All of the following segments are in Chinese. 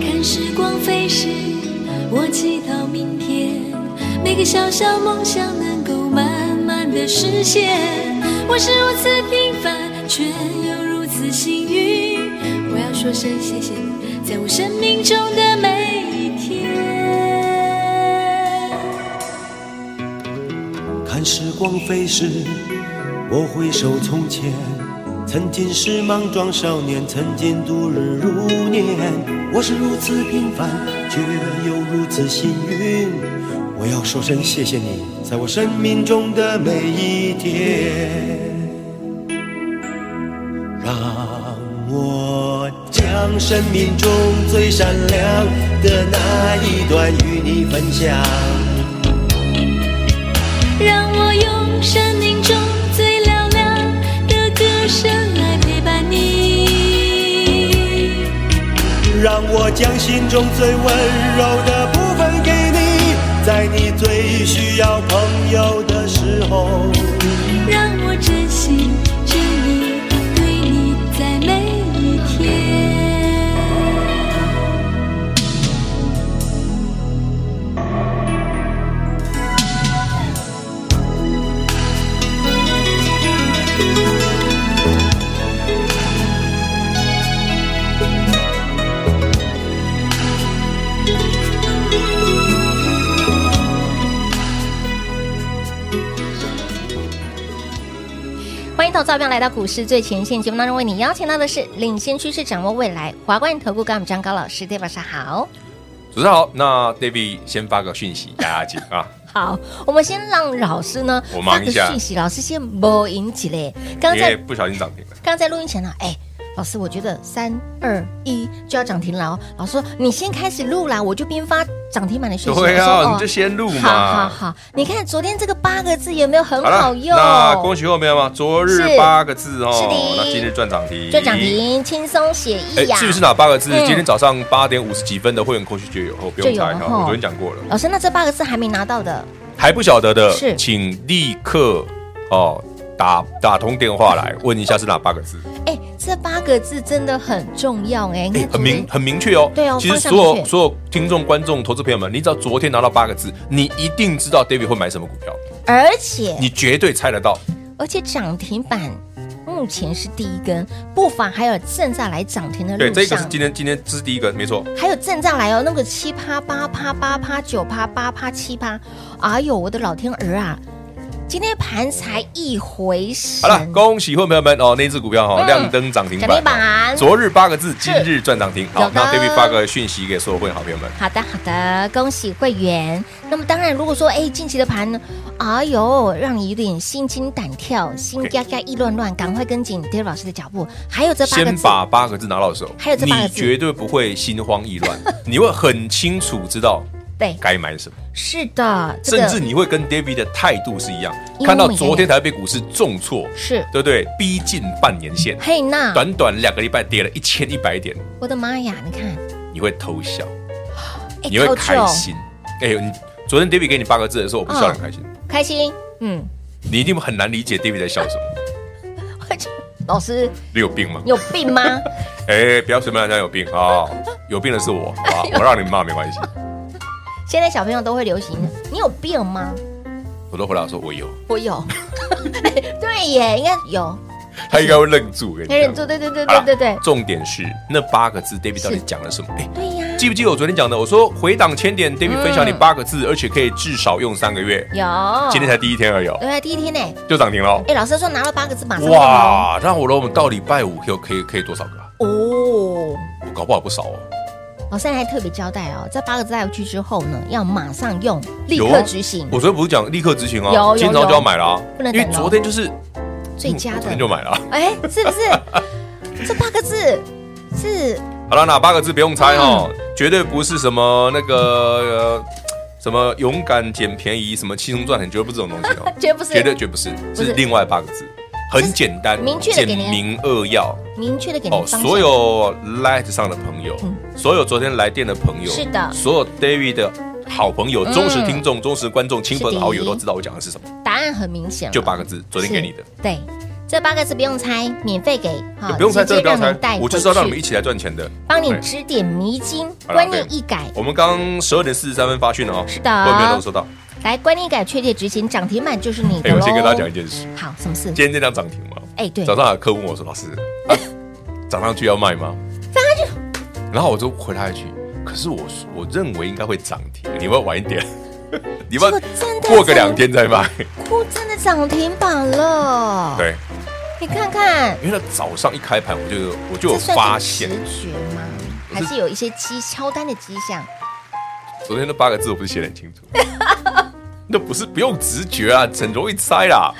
看时光飞逝，我祈祷明天每个小小梦想能够慢慢的实现。我是如此平凡，却又如此幸运。我要说声谢谢你，在我生命中的每一天。看时光飞逝，我回首从前，曾经是莽撞少年，曾经度日如年。我是如此平凡，却又如此幸运。我要说声谢谢你，在我生命中的每一天。让我将生命中最闪亮的那一段与你分享。让我用生命中最嘹亮的歌声来陪伴你。让我将心中最温柔的部分给你，在你最需要朋友的时候，让我真心真意对你在每一天。欢迎投资者朋友来到股市最前线节目当中，为你邀请到的是领先趋势、掌握未来华冠投顾高敏章高老师，大家晚上好。主持人好，那 David 先发个讯息大家紧啊，好，我们先让老师呢我忙一发下个讯息，老师先播音起来。 刚因为才不小心涨停了。刚才录音前呢，哎，老师，我觉得三二一就要涨停了哦。老师说你先开始录啦，我就边发涨停板的讯息。对我说啊，哦你就先录好好嘛。好，你看昨天这个八个字有没有很好用？那恭喜后面吗？昨日是八个字哦是的，那今日赚涨停，就涨。停，轻松写哎意，呀、至于是哪八个字？嗯今天早上八点五十几分的会员空虚就有，哦不就用有猜了哈，吼我昨天讲过了。老师，那这八个字还没拿到的，还不晓得的是，请立刻哦打打通电话来问一下是哪八个字，哎、这八个字真的很重要哎、你看很昨天明很明确哦。对哦其实方向所明有确所有听众、观众、投资朋友们，你只要昨天拿到八个字，你一定知道 David 会买什么股票，而且你绝对猜得到。而且涨停板目前是第一根，步伐还有正在来涨停的对，路这个是上。今天今天这是第一个，没错。还有正在来哦，那个七趴、八趴、八趴、九趴、八趴、七趴，哎呦，我的老天儿啊！今天盘才一回神，好了，恭喜会员朋友们哦，那只股票哈、哦嗯亮灯涨停涨板哦停板昨日八个字，今日赚涨停。好有，的那 David 发个讯息给所有会员好朋友们。好的，好的，恭喜会员。那么当然，如果说哎近期的盘呢，哎呦，让你有点心惊胆跳、心嘎嘎意乱乱，赶快跟紧 d a v 老师的脚步。还有这八个先字，把八个字拿到手，还有这八个你字绝对不会心慌 意乱，你会很清楚知道对，该买什么，是的，这甚个至你会跟 David 的态度是一样。因为看到我们昨天台北股市重挫，是对不对？逼近半年线，嘿娜，短短两个礼拜跌了一千一百点，我的妈呀，你看，你会偷笑，哎你会好久开心。哎呦，你昨天 David 给你八个字的时候，我不笑得很开心，开心，嗯， 你一定很难理解 David 在笑什么。老师你有病吗你？有病吗？哎，不要随便让人家有病啊！有病的是我，好吧？ 我让你骂没关系。现在小朋友都会流行，你有病吗？我都回答说我有，我有， 对耶，应该有，他应该会愣住。我跟你可以忍讲，住，对对对好啦对对对，重点是那八个字，David 是到底讲了什么？哎，对呀，记不记得我昨天讲的？我说回档千点，David 嗯分享你八个字，而且可以至少用三个月。有，今天才第一天而已哦，对啊，第一天呢，就涨停了哦。哎，老师说拿了八个字马上就毛哇，那我了我们到礼拜五又可以可以多少个啊？哦。我搞不好不少哦。嗯老师还特别交代哦，这八个字带回去之后呢，要马上用，立有刻啊执行。我昨天不是讲立刻执行有有啊，今早就要买了啊不能，等因了为昨天就是最佳我昨的天，就买了啊。哎，是不是？ 这八个字是，好了，哪八个字不用猜哦，绝对不是什么那个、呃、什么勇敢捡便宜，什么轻松赚钱，绝对不是这种东西哦 绝不是绝对绝不是，是是另外八个字，很简单，明确地简给您明扼要明确的给你哦。方向。嗯所有 Light 上的朋友，所有昨天来电的朋友，是的所有 David 的好朋友、嗯忠实听众、忠实观众、亲是朋的好友都知道我讲的是什么，答案很明显了，就八个字，昨天给你的是。。对，这八个字不用猜，免费给，就好不用猜，直真的接不要让猜你带，我就是要让你们回一去起来赚钱的。帮你对指点迷津，好啦观念对一改。我们刚十二点四十三分发讯了哦，是的我有没有都收到？来，观念一改，确切执行，涨停板就是你的哎、喽。我先跟大家讲一件事，好，哦什么事？今天这张涨停嘛，哎，对，早上有客问我说，老师， 啊涨、上去要卖吗？涨上去，然后我就回他一句，可是我我认为应该会涨停，你们晚一点， 你这们个真的过个两天再卖。哭真的涨停板了。， 对，你看看，因为它早上一开盘我就我就有这算发是现直，觉吗？不还是是有一些迹敲单的迹象？昨天那八个字我不是写的很清楚， 那不是不用直觉啊，很容易猜啦，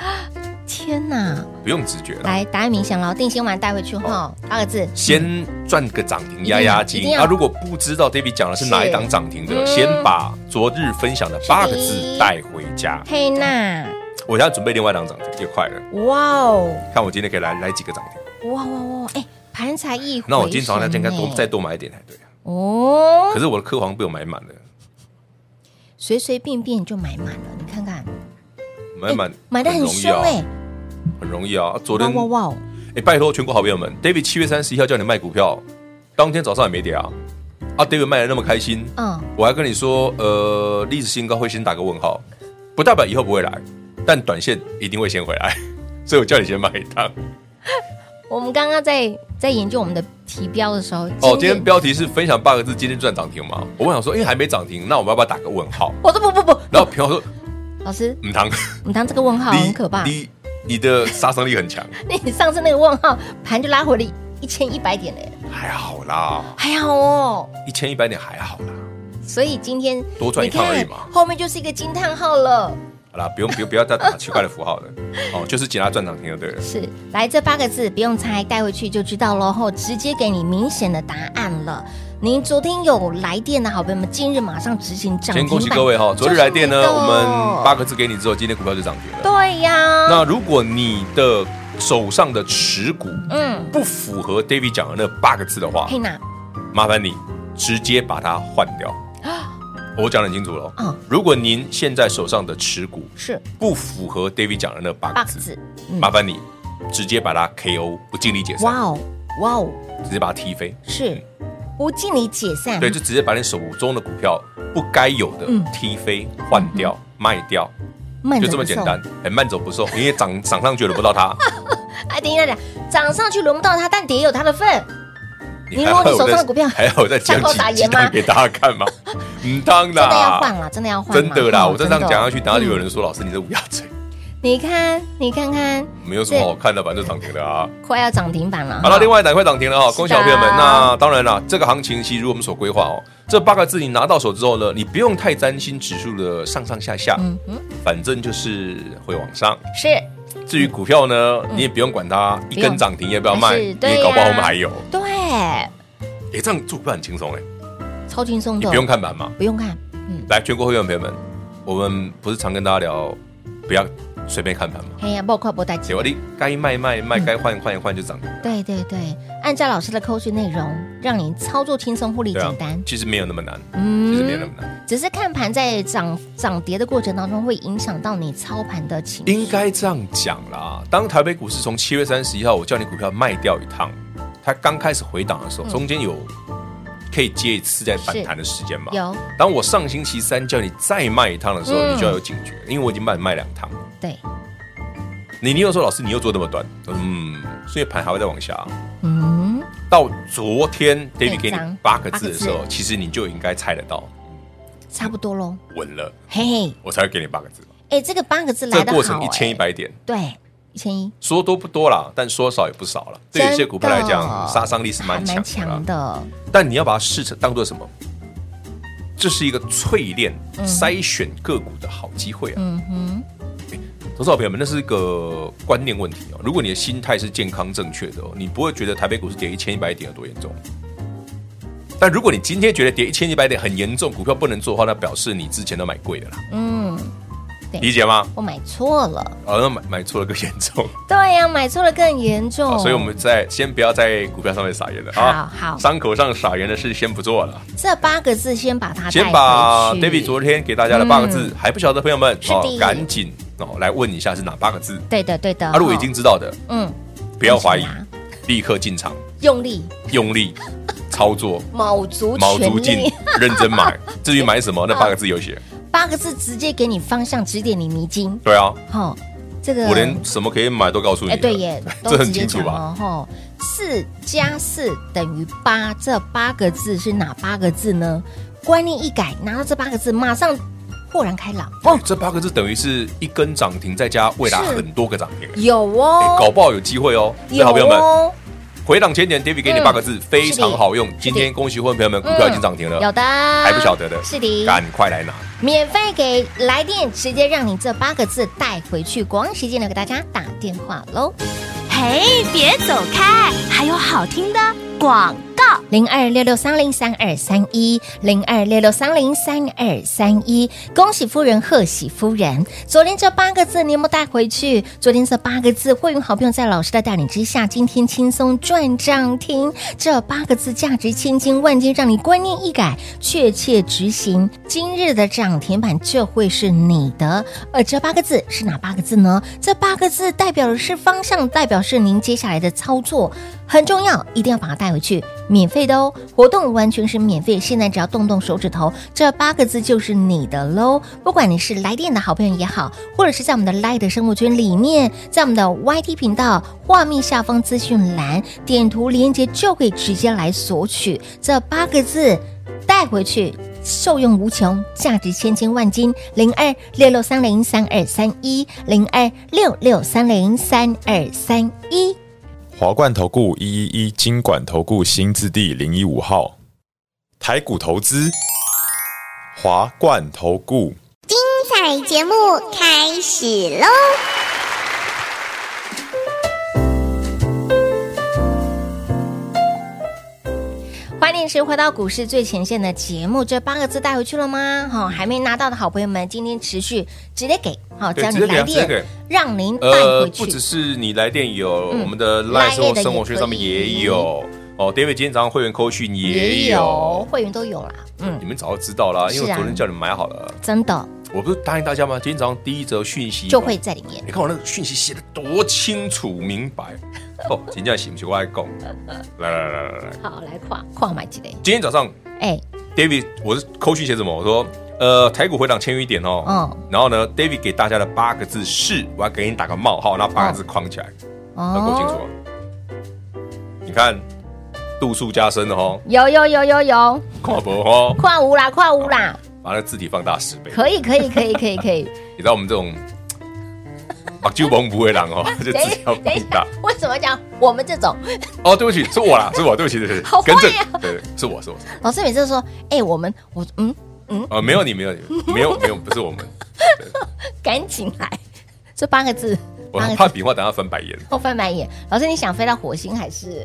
天哪！不用直觉啦。来，答案明显了，定心丸带回去哈，八个字。先赚个涨停压嗯压一定惊。要那如果不知道 David 讲的是哪一档涨停的，是嗯先把昨日分享的八个嗯字带回家。嘿娜，我现在准备另外一档涨停，也快了，哇哦，看我今天可以来来几个涨停。哇哇哇！哎，盘才一回那我今天早上神应该多呢再多买一点才对啊。哦可，是我的科黄被我买满了，随随便便就买满了，你看看，买满哎买的很容易凶啊，哎，很容易啊。啊昨哇天哇哇哦！哎，拜托全国好朋友们，David 七月三十一号叫你卖股票，当天早上也没跌啊。啊，David 卖的那么开心，嗯，我还跟你说，呃，历史新高会先打个问号，不代表以后不会来，但短线一定会先回来， 所以我叫你先买一趟。我们刚刚在在研究我们的题标的时候，哦，今天标题是分享八个字，今天赚涨停吗？我想说，哎因为还没涨停，那我们要不要打个问号？我说不不不，然后朋友说，老师，嗯，堂，我们当这个问号很可怕，你你的杀伤力很强， 你上次那个问号盘就拉回了一千一百点嘞，还好啦，还好哦。一千一百点还好啦，所以今天多赚一你看趟而已嘛后面就是一个惊叹号了。好啦，不用不用不要再打奇怪的符号了， 哦，就是简单赚涨停就对了。是，来这八个字不用猜，带回去就知道喽。后直接给你明显的答案了。您昨天有来电啊的好朋友们，今日马上执行涨停先板恭喜各位哈、昨日来电呢，就是你我的们八个字给你之后，今天股票就涨停了。对啊呀、那如果你的手上的持股嗯，不符合 David 讲的那八个字的话嘿，娜，麻烦你直接把它换 掉。我讲得很清楚了嗯。如果您现在手上的持股是不符合 David 讲的那八八个个字字，，嗯麻烦你直接把它 KO，不尽力解哇散，哦，哇哦，直接把它踢飞。是不尽力解散，对，就直接把你手中的股票不该有的嗯踢飞、换掉、卖掉，慢就着这么不简送单。很慢走不送，因为涨涨上去轮不到 它。哎，等一下，等一下涨上去轮不到他，但也有他的份。你如果还要你手上的我再股票还要我再讲像狗几打鸡盐吗蛋给大家 看吗？嗯，当真的要换啊啦，了，真的要换真啦，的啦，哦我再这样讲啊下去，等下就有。真的哦人说老师你是乌鸦嘴，嗯你看，你看看，没有什么好看的，反正就涨停了啊。快要涨停板了。好了，另外哪块涨停了哈？恭喜好朋友们。啊是的那当然了，这个行情其实如我们所规划哦，这八个字你拿到手之后呢，你不用太担心指数的上上下下，嗯嗯，反正就是会往上。是嗯至于股票呢，你也不用管它一不根用涨停要不要卖，是因对为搞不好呀我们还有。对，哎，这样做股票很轻松哎，嗯超轻松你的，不用看盘嘛。不用看，嗯，来，全国会员朋友们，我们不是常跟大家聊不要随便看盘吗？哎呀，包括博带结机果，你该卖卖卖，该换换一换就涨停了，对对对，按照老师的扣讯内容，让你操作轻松，获利对啊简单，，其实没有那么难，其实没有那嗯么，难，只是看盘在涨涨跌的过程当中，会影响到你操盘的情绪，应该这样讲啦。当台北股市从七月三十一号我叫你股票卖掉一趟，它刚开始回档的时嗯候，中间有可以接一次在反弹的时间嘛？有当我上星期三叫你再卖一趟的时候，嗯你就要有警觉，因为我已经帮你卖两趟了。对，你你又说老师你又做那么短，嗯，所以盘还会再往下啊、嗯，到昨天 David 给你张八个字的时候，其实你就应该猜得到，差不多喽，稳了，嘿嘿，我才会给你八个字。哎，这个八个字这来个的过好，程一千一哎，百点，对，一千一，说多不多啦，但说少也不少了。对有些股票来讲，杀伤力是蛮还蛮强的啦强。的，但你要把它视成当做什么？这是一个淬炼、筛选个股的好机会啊！嗯嗯哼，投资好朋友们，那是一个观念问题哦。如果你的心态是健康正确的哦，你不会觉得台北股市跌一千一百点有多严重。但如果你今天觉得跌一千一百点很严重，股票不能做的话，那表示你之前都买贵了啦，嗯，对理解吗？我买错了，好像买买错了更严重、对呀、买错了更严重，好啊哦所以我们在先不要在股票上面撒盐了啊。哦好好伤口上撒盐的事先不做了，这八个字先把它带先回把去嗯 David 昨天给大家的八个字、还不晓得的朋友们是的赶紧哦来问一下是哪八个字。对的对的，他、如果已哦经知道的，嗯不要怀疑赶紧拿，立刻进场，用力用力操作，卯足卯全足劲 力，，认真买。至于买什么，那八个字有写。八个字直接给你方向指点你迷津，对啊，哈、这个我连什么可以买都告诉你哎了。，对耶都这直很接清楚讲吧？了哈，四加四等于八，这八个字是哪八个字呢？观念一改，拿到这八个字，马上豁然开朗哦，这八个字等于是一根涨停，再加未来是很多个涨停。有哎搞哦，不好有机会哦，所以有好朋友们，哦，回档前点，David 给你嗯八个字，非是常的好用。今天恭喜会员朋友们，股票已嗯经涨停了，有的，还还哎不晓得的，是的，赶快来拿。免费给来电，直接让你这八个字带回去。国王时间呢，给大家打电话喽。嘿，别走开，还有好听的广告。零二六六三零三二三一，零二六六三零三二三一。恭喜夫人，贺喜夫人！昨天这八个字你有没有带回去？昨天这八个字，会员好朋友在老师的带领之下，今天轻松赚涨停。这八个字价值千金万金，让你观念一改，确切执行。今日的涨停板就会是你的。而这八个字是哪八个字呢？这八个字代表的是方向，代表是您接下来的操作很重要，一定要把它带回去，免费的哦。活动完全是免费，现在只要动动手指头，这八个字就是你的喽。不管你是来电的好朋友也好，或者是在我们的 Light 的生活圈里面，在我们的 YT 频道画面下方资讯栏点图连接就可以直接来索取这八个字。带回去，受用无穷，价值千金万金。零二六六三零三二三一，零二六六三零三二三一。华冠投顾一一一金管投顾新字第零一五号，台股投资，华冠投顾。彩节目开始喽！欢迎时回到股市最前线的节目，这八个字带回去了吗？哈、还没拿到的好朋友们，今天持续直接给，好、只对要你直接给来啊直接电给，让您带呃回，去。不只是你来电有，嗯我们的 Line Line 生活的也生活圈上面可以也有。哦，David 今天早上会员扣讯也也有有，会员都有啦，嗯，你们早就知道啦，因是为我啊昨天叫你们买好了。真的我不是答应大家吗？今天早上第一则讯息就会在里面。你看我那个讯息写的多清楚明白哦，今天行不行？我 来讲，来来来来来，好，来跨跨买几类，今天早上哎， David 我是扣讯写什么？我说呃，台股回档签约一点哦，嗯然后呢，David 给大家的八个字是，我要给你打个冒号，那八个字框起来，哦那够清楚，了。你看度数加深了哦，有有有有有，跨博哦，跨五啦，跨五啦，把那字体放大十倍，可以可以可以可以可以。你知道我们 这种把酒蒙不会狼哦，就等字一体要下，等一放大下。，为什么讲我们这种哦，对不起，是我啦，是我，对不起，对不起，好坏更呀正，对，对是我是我，是老师每次都说，哎、我们我嗯，我呃，没有你，没有你，没有没有，不是我们，赶紧来，这八个字，我八个很怕字笔画等下翻白眼，后翻白眼。老师，你想飞到火星还是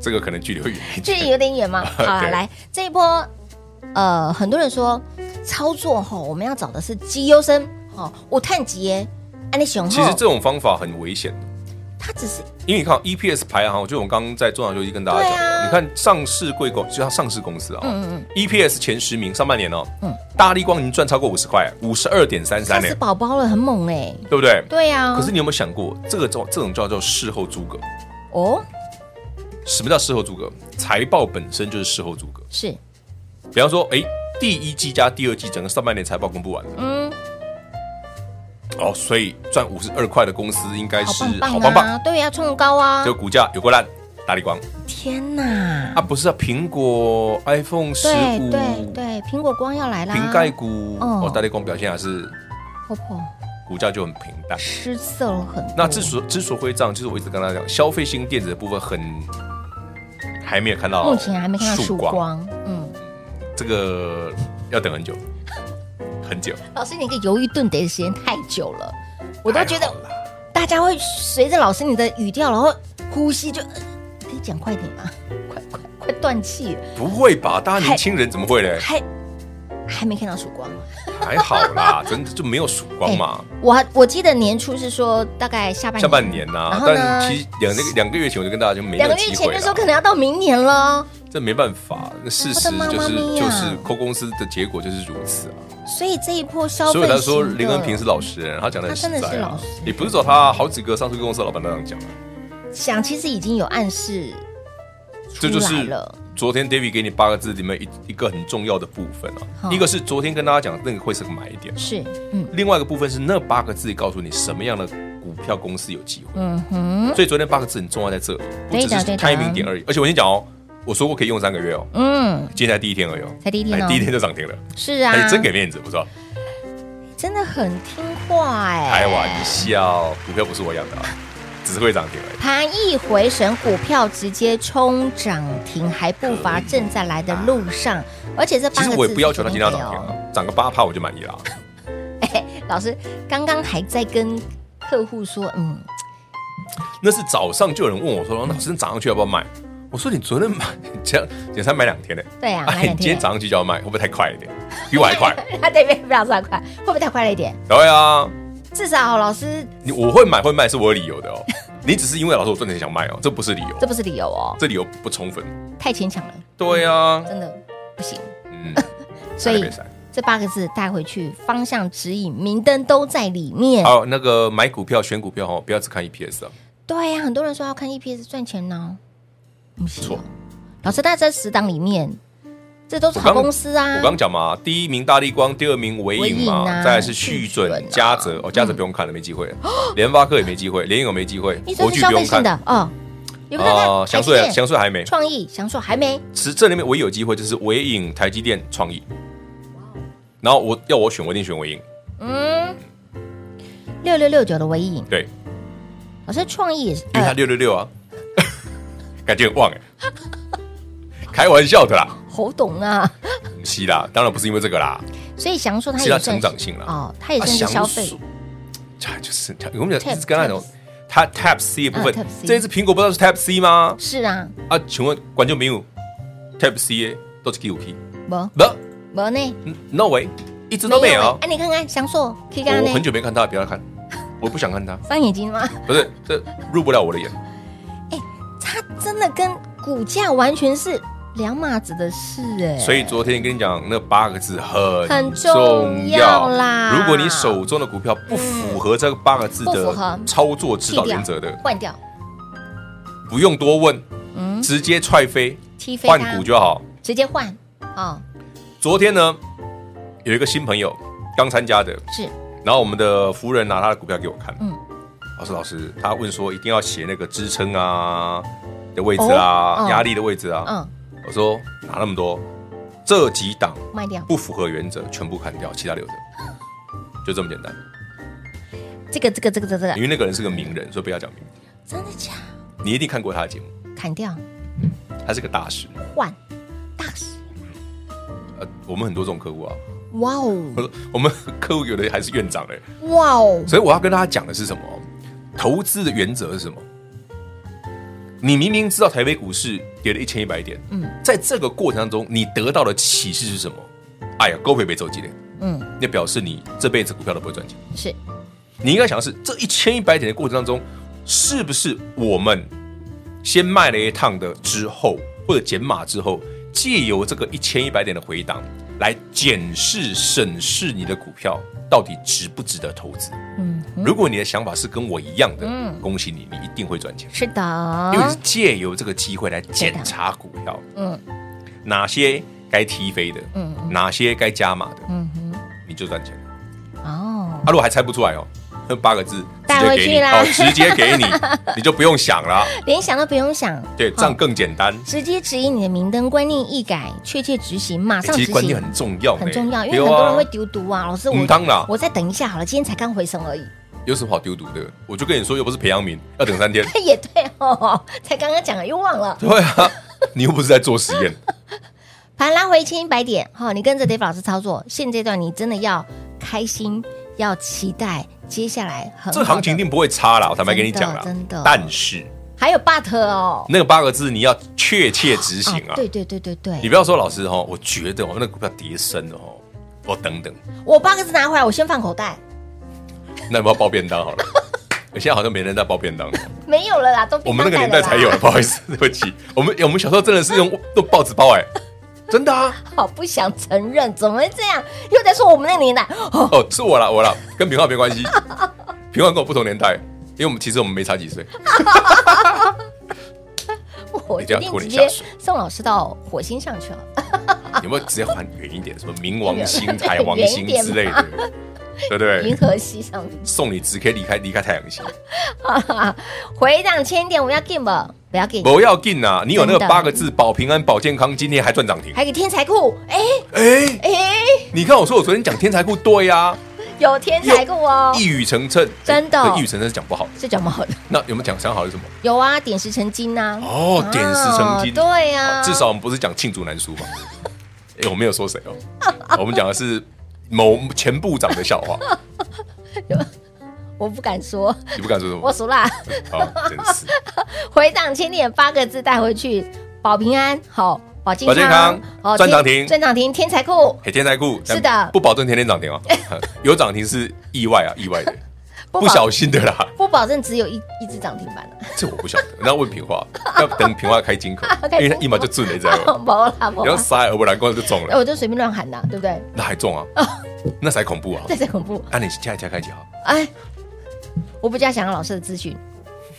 这个可能距离会远一距离点。有点远 吗？好啦，对来这一波，呃，很多人说操作吼，我们要找的是绩优生，吼，我探级耶，安利雄其实厚，这种方法很危险，它只是因为你看 EPS 排行，就我们刚刚在中场休息跟大家讲对啊的，你看上市贵公，就它上市公司啊嗯嗯，EPS 前十名上半年哦嗯，大力光已经赚超过五十块，五十二点三它三呢是，宝宝了，很猛哎、对不对？对呀、啊，可是你有没有想过，这个叫这种叫做事后诸葛？哦，什么叫事后诸葛？财报本身就是事后诸葛。是，比方说，哎，第一季加第二季整个上半年财报公布完了，嗯，哦，所以赚五十二块的公司应该好是棒棒好啊，棒棒，对呀、创高啊这，个股价有够烂，大力光天哪！啊，不是啊，苹果 iPhone 十对五对对，苹果光要来啦！瓶盖股，哦哦，大力光表现还是婆婆股价就很平淡。失色了很多。那之所之所以会这样，就是我一直跟大家讲，消费性电子的部分很还没有看到，目前还没看到曙光，，嗯，这个要等很久，很久。 老师，你给犹豫顿得的时间太久了，我都觉得还好啦大家会随着老师你的语调，然后呼吸就，呃可以讲快点吗？ 快快快断气了，不会吧？大家年轻人怎么会嘞？还还没看到曙光。 还好啦，真的就没有曙光 嘛。我我记得年初是说大概哎下半年下半年呐、然后呢但其实两那个两个月前我就跟大家就没两那个个月机前会那时候可了，能要到明年了，这没办法，那事实我的妈就是妈咪呀就是抠公司的结果就是如此啊。所以这一波消费所以型他的，说林恩平是老实人，他讲的很实他真的在是老啊实。也不是说他好几个上市公司的老板都这样讲啊，想其实已经有暗示出这就来是了，昨天 David 给你八个字里面一一个很重要的部分好啊。一个是昨天跟大家讲那个会是个买点，是嗯另外一个部分是那八个字告诉你什么样的股票公司有机会。嗯哼所以昨天八个字很重要在这里，不对的只是对的 timing 点而已。而且我先讲哦，我说过可以用三个月哦，嗯，今天才第一天而已哦，才第一天哦哎第一天就涨停了，是啊，哎，真给面子，不错，真的很听话哎，开玩笑，股票不是我养的啊，只是会涨停而已。盘一回神，股票直接冲涨停，还不乏正在来的路上。而且这啊其八实个字我也不要求它今天要是涨真的停 哦。啊，涨个八趴我就满意了啊。 哎老师刚刚还在跟客户说，嗯，那是早上就有人问我说：“老师，你涨上去要不要卖？”我说：“你昨天买， 这样也才买两天呢。对啊，买你 两哎今天天。涨上去就要卖，会不会太快 一点？比我还快？他对面非常快，会不会太快了一点？对啊，至少老师你我会买会卖是我有理由的哦。 你只是因为老师我真的很想卖哦，这不是理由这，不是理由哦，这理由不充分。太牵强了，对啊，真的不行。嗯， 所以还得塞这八个字带回去，方向指引、明灯都在里面。还有那个买股票选股票哦，不要只看 EPS 啊。对呀、很多人说要看 EPS 赚钱呢、不行错老师，那在十档里面，这都是我好刚公司啊。我刚讲嘛，第一名大力光，第二名伟伟影影嘛，啊再来是旭旭准准啊、嘉泽哦，嘉泽不用看了，没机会了。联发科也没 机会，联友没机会你，说国是巨消不费用性看的哦，有没有看哦看？祥台积硕电、祥硕还没。创意、祥硕还没，其实这里面唯一有机会就是伟影、台积电、创意。然后我要我选，我一定选伟影。嗯，六六六九的微影，对，老师创意也是，哎因为它六六六啊， 感觉很旺 哎，开玩笑的啦，好懂啊，是啦，当然不是因为这个啦，所以祥硕它是也它算成是长性啦。哦，它也啊算是消，费想说啊就是我们讲 Tab- 一直跟他讲 Tab-，它 Tab C 的部分啊，Tab C 这一次苹果不知道是 Tab C 吗？是啊，啊，请问观众朋友，Tab C 的都是 Q P，没不没呢，嗯，No way，一直都没有。哎，你哎看看祥硕，可以看看我很呢，久没看它，不 要看，我不想看它，伤眼睛吗？不是这入不了我的眼。它真的跟股价完全是两码子的事哎，所以昨天跟你讲那八个字很很重重要要啦嗯如果你手中的股票不符合这八个字不符合的操作指弃导掉原则的，换掉，不用多问，嗯，直接踹飞踢飞它换股就好。直接换哦，昨天呢，有一个新朋友刚参加的，是然后我们的服务人拿他的股票给我看，嗯嗯，老师老师，他问说一定要写那个支撑啊的位置啊哦，压、力的位置啊，嗯，我说哪那么多，这几档卖掉。不符合原则全部砍掉，其他留着，就这么简单。这个这个这个这个这个，因为那个人是个名人，所以不要讲名，真的假？你一定看过他的节目，砍掉他是个大师。换大师，呃，我们很多这种客户啊，哇哦我说我们客户有的还是院长嘞、欸哇哦，所以我要跟大家讲的是什么？投资的原则是什么？你明明知道台北股市跌了一千一百点，嗯嗯，在这个过程当中，你得到的启示是什么？哎呀，高赔没走几点，嗯，那表示你这辈子股票都不会赚钱。是你应该想的是，这一千一百点的过程当中，是不是我们先卖了一趟的之后，或者减码之后，借由这个一千一百点的回档来检视、审视你的股票到底值不值得投资？嗯，如果你的想法是跟我一样的嗯，啊恭喜你，你一定会赚钱，是因为你是的，借由这个机会来检查股票嗯哪些该踢飞的，嗯嗯哪些该加码的，嗯哼，你就赚钱了。哦，他如果还猜不出来哦，那八个字带回直接给去你啦哦，直接 给你，你就不用想了。连想都不用想，哦对，这样更简单。直接指引你的明灯，观念一改，确切执行，马欸上其执实观行念很重要呢，很重要，因为对很啊多人会丢毒啊。老师，我嗯当然我再等一下好了，今天才刚回神而已。有什么好丢毒的？我就跟你说，又不是培养皿，要等 三天。 也对哦， 才刚刚讲了又忘了。对啊，你又不是在做实验，盘拉回千一百点，哈、你跟着 Dave 老师操作，现阶段你真的要开心，要期待，接下来很好的这行情一定不会差啦，我坦白跟你讲啦。真的真的但是还有 but 哦，那个八个字你要确切执行啊。对对对对对，你不要说老师哈，我觉得我哦那个股票跌深了哦，我等等，我八个字拿回来，我先放口袋，那你不要包便当好了。 现在好像没人在包便当，没有了啦，都我们那个年代才有了，不好意思，思， 对不起。我们我们小时候真的是用用报纸包哎、真的啊。好不想承认，怎么会这样？又在说我们那个年代哦，哦，是我啦，我啦，跟平浩没关系。平浩跟我不同年代，因为我们其实我们没差几岁。我你决这样定拖直你接下水送老师到火星上去了，有没有直接还远一点？什么冥王星、海王星之类的，对不银对？河系上 面。送你直可以离开离开太阳系，回档千点，我们要 game 不要 game，不要进啊！你有那个真的八个字“保平安、保健康”，今天还赚涨停。还有个天才库，哎哎，哎，你看我说我昨天讲天才库对呀，有天才库哦，一语成谶，真的哦哎对一语成谶是讲不好。是讲蛮好的，那有没有讲想好是什么？有啊，点石成金呐，哦，点石成哦金，对啊，至少我们不是讲罄竹难书嘛。 哎，我没有说谁哦，我们讲的是某前部长的笑话， 我不敢说， 你不敢说什我么？熟啦。好，真是。回档千点八个字带回去，保平安，好，保健保健康好赚天涨停赚涨停，天才库嘿，天才股是的但不保证天天涨停啊， 有涨停是意外啊，意外 的，不保小心的啦，不保证只有一一只涨停板啊了，，这我不晓得，那问平花，要等平花开金口 开金口因为他一毛就中了，你哦知道吗？ 没啦，没然啦，后撒而不然，光就中哎，了，我就随便乱喊的，对不对？ 那还中啊，哦那才恐怖啊！这才恐怖。那你现在加开几号？哎，我比较想要老师的资讯，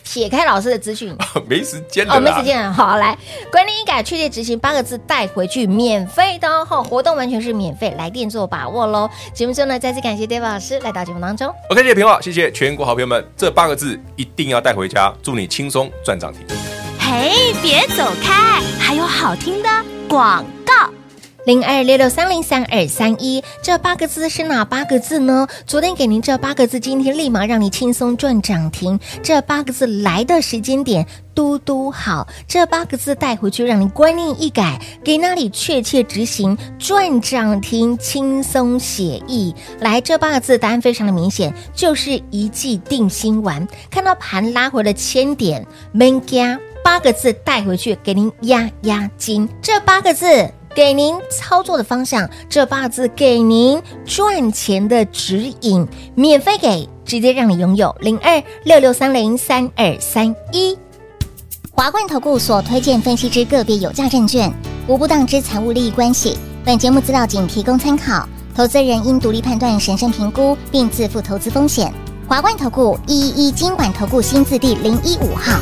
撇开老师的资讯。 没时间的哦，啦，没时。间了，好来，管理一改，确切执行八个字带回去，免费的哦，哈活动完全是免费，来电做把握喽。节目最后呢，再次感谢 David 老师来到节目当中。 OK，谢谢平花，谢谢全国好朋友们，这八个字一定要带回家，祝你轻松赚涨停。嘿，别走开，还有好听的广告。零二六六三零三二三一，这八个字是哪八个字呢？昨天给您这八个字，今天立马让你轻松赚涨停。这八个字来的时间点，嘟嘟好，这八个字带回去，让你观念一改，给那里确切执行，赚涨停，轻松写意。来，这八个字答案非常的明显，就是一剂定心丸。看到盘拉回了千点，闷家八个字带回去，给您压压惊。这八个字。给您操作的方向，这八个字给您赚钱的指引，免费给，直接让你拥有零二六六三零三二三一。华冠投顾所推荐分析之个别有价证券，无不当之财务利益关系。本节目资料仅提供参考，投资人应独立判断、审慎评估，并自负投资风险。华冠投顾一一一金管投顾新字第零一五号。